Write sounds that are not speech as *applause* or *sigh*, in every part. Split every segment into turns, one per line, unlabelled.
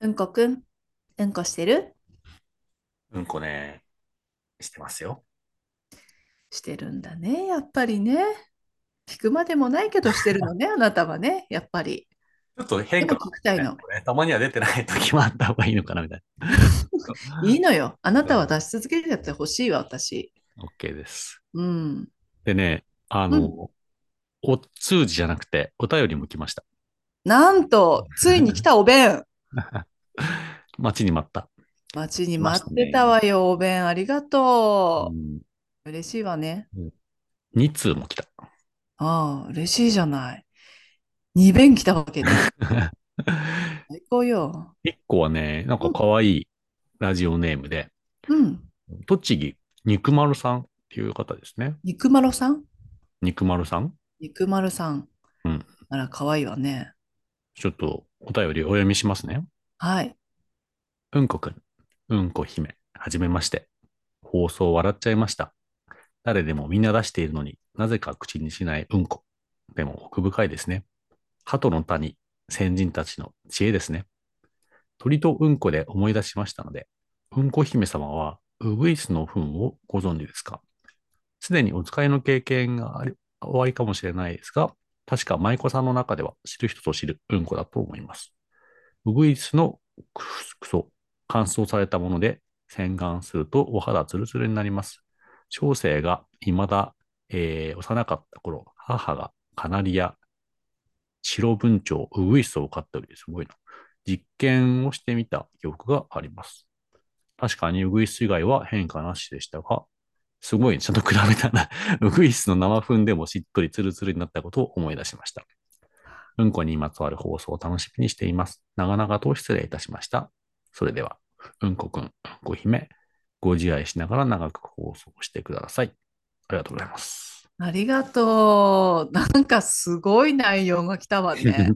うんこくん、うんこしてる
うんこね、してますよ。
してるんだね、やっぱりね。聞くまでもないけどしてるの *laughs* ね、あなたはね、やっぱり。
ちょっと
で
変
も
化
聞きたいの。
ね、たまには出てない時もあった方がいいのかなみたい *laughs*
いいのよ。あなたは出し続けるやつ欲しいわ、私。
な。OK です。
うん。
でね、あの、
う
お通じじゃなくて、お便りも来ました。
なんと、ついに来たお *laughs* 弁。
*laughs* 待ちに待った。
待ちに待ってたわよ、お弁。ありが
う
と
ん、
う。嬉しいわね。
2通も来た。 *laughs*
ああ、嬉しいじゃない。2弁来たわ *laughs* けね。最高よ。
1個はね、なんか可愛いラジオネームで、
うん。
栃木肉丸さんっていう方ですね。
肉まろさん
肉丸さん
肉まろさん。
うん
あら、かわいいわね。
ちょっとお便りお読みしますね。
はい。
うんこくん、うんこ姫、はじめまして。放送笑っちゃいました。誰でもみんな出しているのになぜか口にしないうんこ。でも奥深いですね。鳩の谷、先人たちの知恵ですね。鳥とうんこで思い出しましたので、うんこ姫様はウグイスの糞をご存知ですかすでにお使いの経験がありおありかもしれないですが、確か舞妓さんの中では知る人ぞ知るうんこだと思います。ウグイスのくくそ、乾燥されたもので洗顔するとお肌ツルツルになります。小生が未だ、えー幼かった頃、母がカナリア、白文鳥、ウグイスを飼ったよりすごいな。実験をしてみた記憶があります。確かにウグイス以外は変化なしでしたが、すごい、ちゃんと比べたら、 *laughs* ウグイスの生糞でもしっとりツルツルになったことを思い出しました。うんこにまつわる放送を楽しみにしています。長々と失礼いたしました。それでは、うんこくん、うんこ姫、ご自愛しながら長く放送してください。ありがとうございます。
ありがとう。なんかすごい内容が来たわね。
*laughs*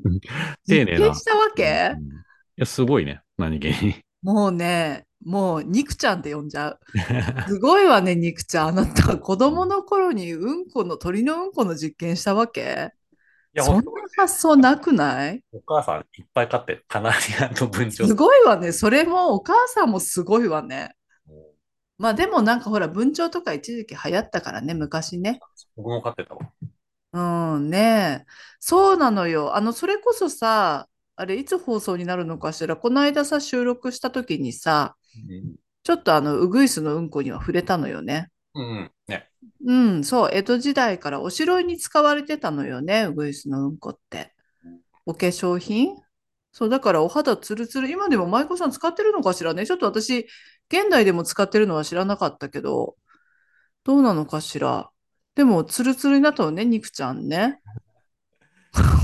丁寧
実
な
験したわけ
うんいや、すごいね。何気に。
もうね、もう肉ちゃんって呼んじゃう。すごいわね、肉ちゃん。あなた、子供の頃にうんこの、鳥のうんこの実験したわけ
いや、
そんな発想なくない
お母さんいっぱい飼ってる、カナリアと文鳥
すごいわね。それもお母さんもすごいわね。まあでもなんかほら、文鳥とか一時期流行ったからね、昔ね。
僕も飼ってたわ。
うんねえ。そうなのよ。あの、それこそさ、あれ、いつ放送になるのかしら、この間さ、収録した時にさ、ちょっとあの、ウグイスのうんこには触れたのよね。
うん、うん、ね。
うん、そう、江戸時代からお城に使われてたのよね、ウグイスのうんこって。お化粧品そう、だからお肌ツルツル、今でも舞妓さん使ってるのかしらね。ちょっと私、現代でも使ってるのは知らなかったけど、どうなのかしら。でも、ツルツルになったのね、肉ちゃんね。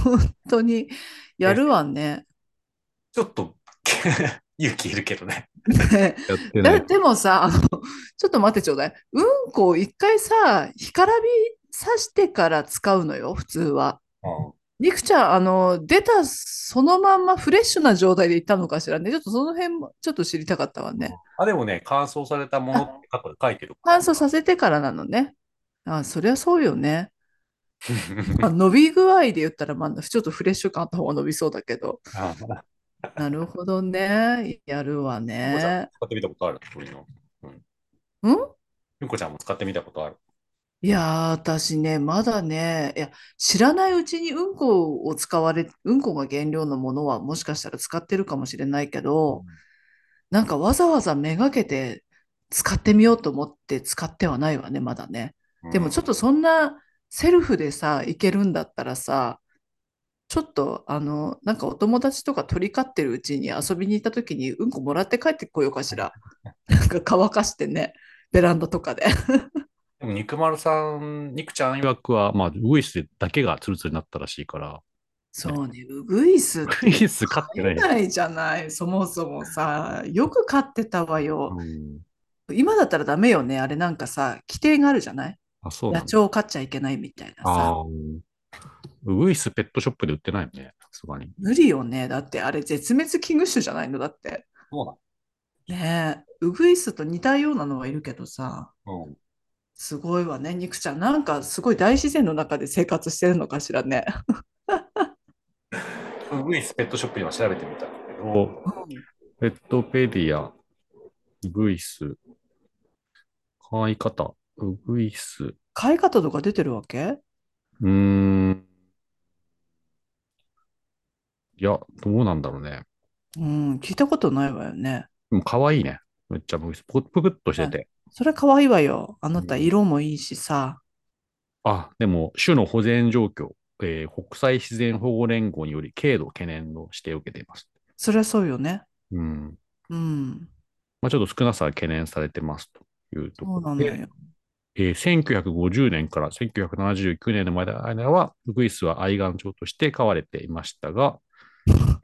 本当に、やるわね。
ちょっと、 *laughs* 勇気いるけどね。
ね
やって
だでもさ、あの、ちょっと待ってちょうだい。うんこを一回さ、干からび刺してから使うのよ、普通は。りくちゃん、あの、出たそのまんまフレッシュな状態で行ったのかしらね。ちょっとその辺もちょっと知りたかったわね。
あ、でもね、乾燥されたものって過去で書いてる。
乾燥させてからなのね。あ、そりゃそうよね。まあ、伸び具合で言ったら、まあ、ちょっとフレッシュ感あった方が伸びそうだけど。
あ
なるほどね。やるわね。
使ってみたことある鳥の。
うん
ゆっこちゃんも使ってみたことある。
いやー、私ね、まだね、いや、知らないうちにうんこを使われ、うんこが原料のものはもしかしたら使ってるかもしれないけど、なんかわざわざめがけて使ってみようと思って使ってはないわね、まだね。でもちょっとそんなセルフでさ、いけるんだったらさ、ちょっとあの、なんかお友達とか取り飼ってるうちに遊びに行った時にうんこもらって帰ってこようかし
*laughs*
ら。なんか乾かしてね、ベランダとかで。
でも肉丸さん、肉ちゃん曰くは、まあ、ウグイスだけがツルツルになったらしいから、 *laughs*
そうね、ウグイスっ
ウ
て
グイス飼って
飼
な
え
い。
ないじゃない、そもそもさ、よく飼ってたわよ。
うん
今だったらダメよね、あれなんかさ、規定があるじゃない
あ、そう
野
なんだ。
鳥を飼っちゃいけないみたいな
あ
さ、
ーウグイスペットショップで売ってないよね、さすがに。
無理よね、だってあれ絶滅危惧種じゃないの、だって。
そうなん
ねえ、ウグイスと似たようなのはいるけどさ、
うん、
すごいわね、肉ちゃん。なんかすごい大自然の中で生活してるのかしらね。
ウグイスペットショップには調べてみたんだけど、ペットペディア、ウグイス、買い方、ウグイス、う
買い方とか出てるわけ
ーん。いや、どうなんだろうね。
うん、聞いたことないわよね。
でも可愛いね。めっちゃウグイス、ぷくぷくっとしてて。
それ可愛いわよ。あなた
うん
色もいいしさ。
あ、でも、種の保全状況、えー国際自然保護連合により軽度懸念の指定を受けています。
そりゃそうよね。
うん。
うん。
まあ、ちょっと少なさが懸念されてますというと
そ
こ
うな
ろ
の
で、
よ。
えー1950年から1979年の間は、ウグイスは愛玩鳥として飼われていましたが、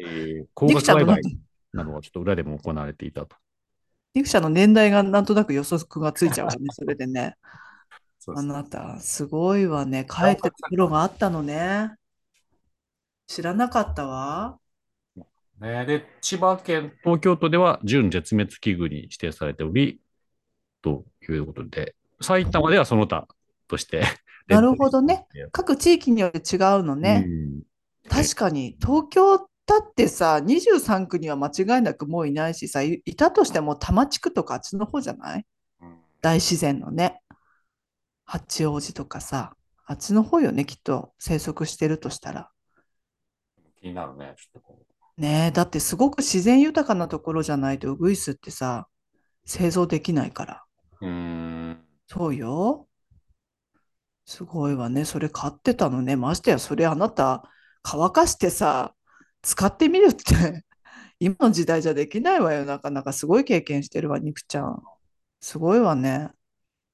え
*laughs*
ー、高
リク
額
ちゃん
売
のなん
買
と、
などはちょっと裏でも行われていたと。
リクちゃんの年代がなんとなく予測がついちゃうわね。それでね。
そうで
あ
す
なた、すごいわね。帰ってプロがあったのね。知らなかったわ。
ね。で、千葉県、東京都では準絶滅危惧に指定されており、ということで、埼玉ではその他として。
*laughs* なるほどね。各地域によって違うのね。
うん
確かに、東京だってさ、23区には間違いなくもういないしさ、いいたとしても多摩地区とかあっちの方じゃない大自然のね。八王子とかさ、あっちの方よね、きっと生息してるとしたら。
気になるね。ちょっとこ
ねえ、だってすごく自然豊かなところじゃないとウグイスってさ、製造できないから。
ううーん。
そうよ。すごいわね。それ買ってたのね。ましてや、それあなた乾かしてさ、使ってみるって今の時代じゃできないわよ。なかなかすごい経験してるわ、肉ちゃん。すごいわね。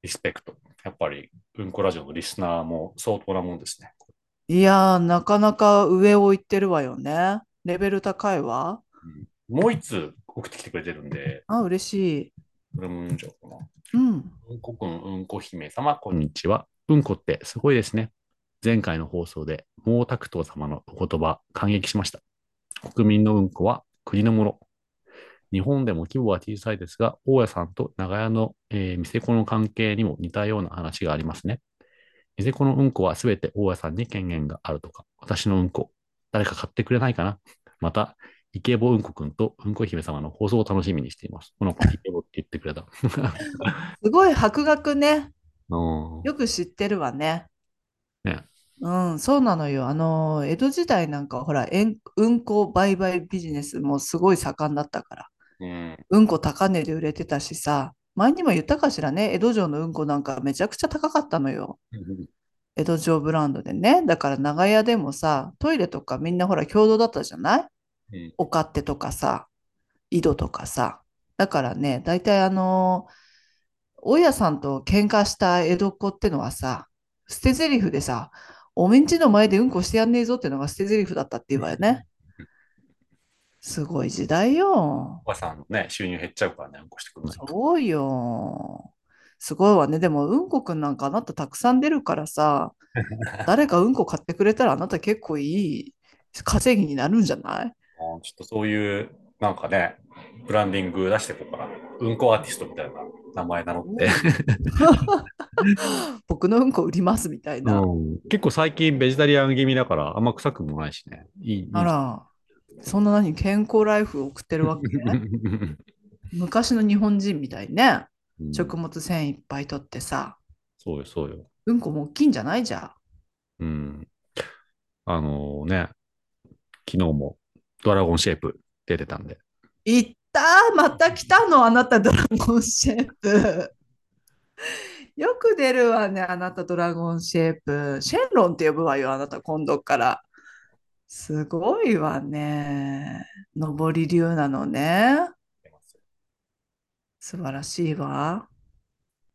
リスペクト。やっぱり、うんこラジオのリスナーも相当なもんですね。
いやー、なかなか上を行ってるわよね。レベル高いわ。
もう一通送ってきてくれてるんで、
あ、嬉しい。
これも読んじゃおうかな。
うん。
うんこくん、うんこ姫様、こんにちは。うんこってすごいですね。前回の放送で毛沢東様のお言葉、感激しました。国民のうんこは国のもの。日本でも規模は小さいですが、大家さんと長屋の、えー店子の関係にも似たような話がありますね。店子のうんこはすべて大家さんに権限があるとか、私のうんこ、誰か買ってくれないかな。また、イケボうんこくんとうんこ姫様の放送を楽しみにしています。この子、イケボって言ってくれた。
すごい博学ね。
うん
よく知ってるわね。
ね
うん、そうなのよ。あの、江戸時代なんかはほら、えんうんこ売買ビジネスもすごい盛んだったから、
うん
うんこ高値で売れてたしさ、前にも言ったかしらね、江戸城のうんこなんかめちゃくちゃ高かったのよ。江戸城ブランドでね。だから長屋でもさ、トイレとかみんなほら共同だったじゃない
うん
お勝手とかさ、井戸とかさ。だからね、大体あの大家さんと喧嘩した江戸っ子ってのはさ、捨て台詞でさ、おめんちの前でうんこしてやんねえぞってのが捨て台詞だったって言うわよね。すごい時代よ。
おばさんのね、収入減っちゃうからね、うんこしてくんないと。
そうよ。すごいわね。でも、うんこくんなんかあなたたくさん出るからさ、誰かうんこ買ってくれたらあなた結構いい稼ぎになるんじゃない
もうちょっとそういう、なんかね、ブランディング出していこうかな。うんこアーティストみたいな名前なのって。
僕のうんこ売りますみたいな。
結構最近ベジタリアン気味だから、あんま臭くもないしね。いい。いい
あら、そんな何、健康ライフを送ってるわけ
*laughs*
昔の日本人みたいにね、
うん
食物繊維いっぱいとってさ、
そうよ、そうよ。
うんこも大きいんじゃないじゃあ。
うん。あのね、昨日もドラゴンシェイプ出てたんで。
行ったーまた来たのあなたドラゴンシェイプ。 *laughs* よく出るわね、あなたドラゴンシェイプ。シェンロンって呼ぶわよ、あなた今度から。すごいわね。上り流なのね。素晴らしいわ。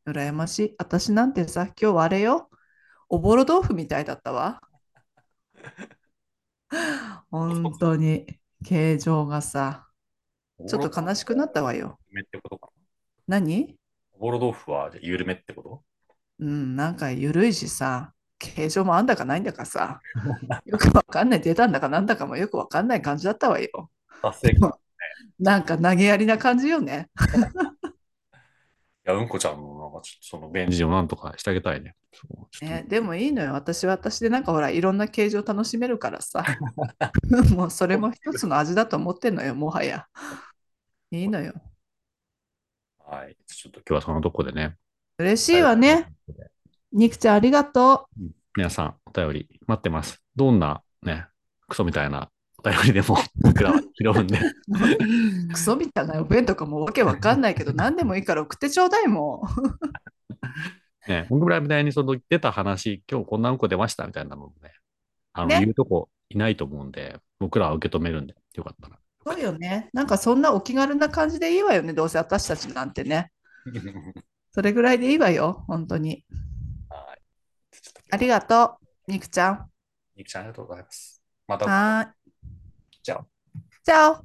羨ましい。私なんてさ、今日あれよ。おぼろ豆腐みたいだったわ。本当に、形状がさ、ちょっと悲しくなったわよ。
おぼろ豆腐は緩めってことかな。
何
おぼろ豆腐はじゃあ緩めってこと
うん、なんか緩いしさ、形状もあんだかないんだかさ、よくわかんない、出たんだかなんだかもよくわかんない感じだったわよ。
達成感。い
なんか投げやりな感じよね。
や、うんこちゃんのなんかちょっとそのベンジをなんとかしてあげたいね。そうちょっと
ね、でもいいのよ、私は私でなんかほら、いろんな形状楽しめるからさ、もうそれも一つの味だと思ってんのよ、もはや。いいのよ。
はい。ちょっと今日はそのとこでね。
嬉しいわね。。ニクちゃんありがと
皆さん、お便り待ってます。どんなね、クソみたいなお便りでも、 *laughs* 僕らは拾うんで。
う。クソみたいなお弁とかもわけわかんないけど、何でもいいから送ってちょうだいもん。
ね、僕らみたいにその出た話、今日こんなうんこ出ましたみたいなのもね、あの、
ね
言うとこいないと思うんで、僕らは受け止めるんで、よか
*laughs*
ったら。
そうよね。なんかそんなお気軽な感じでいいわよね。どうせ私たちなんてね。それぐらいでいいわよ。本当に。
はい。
ありがとう。ニクちゃん。
みきちゃんありがとうございます。また
はーい。
じゃあ。
じゃあ。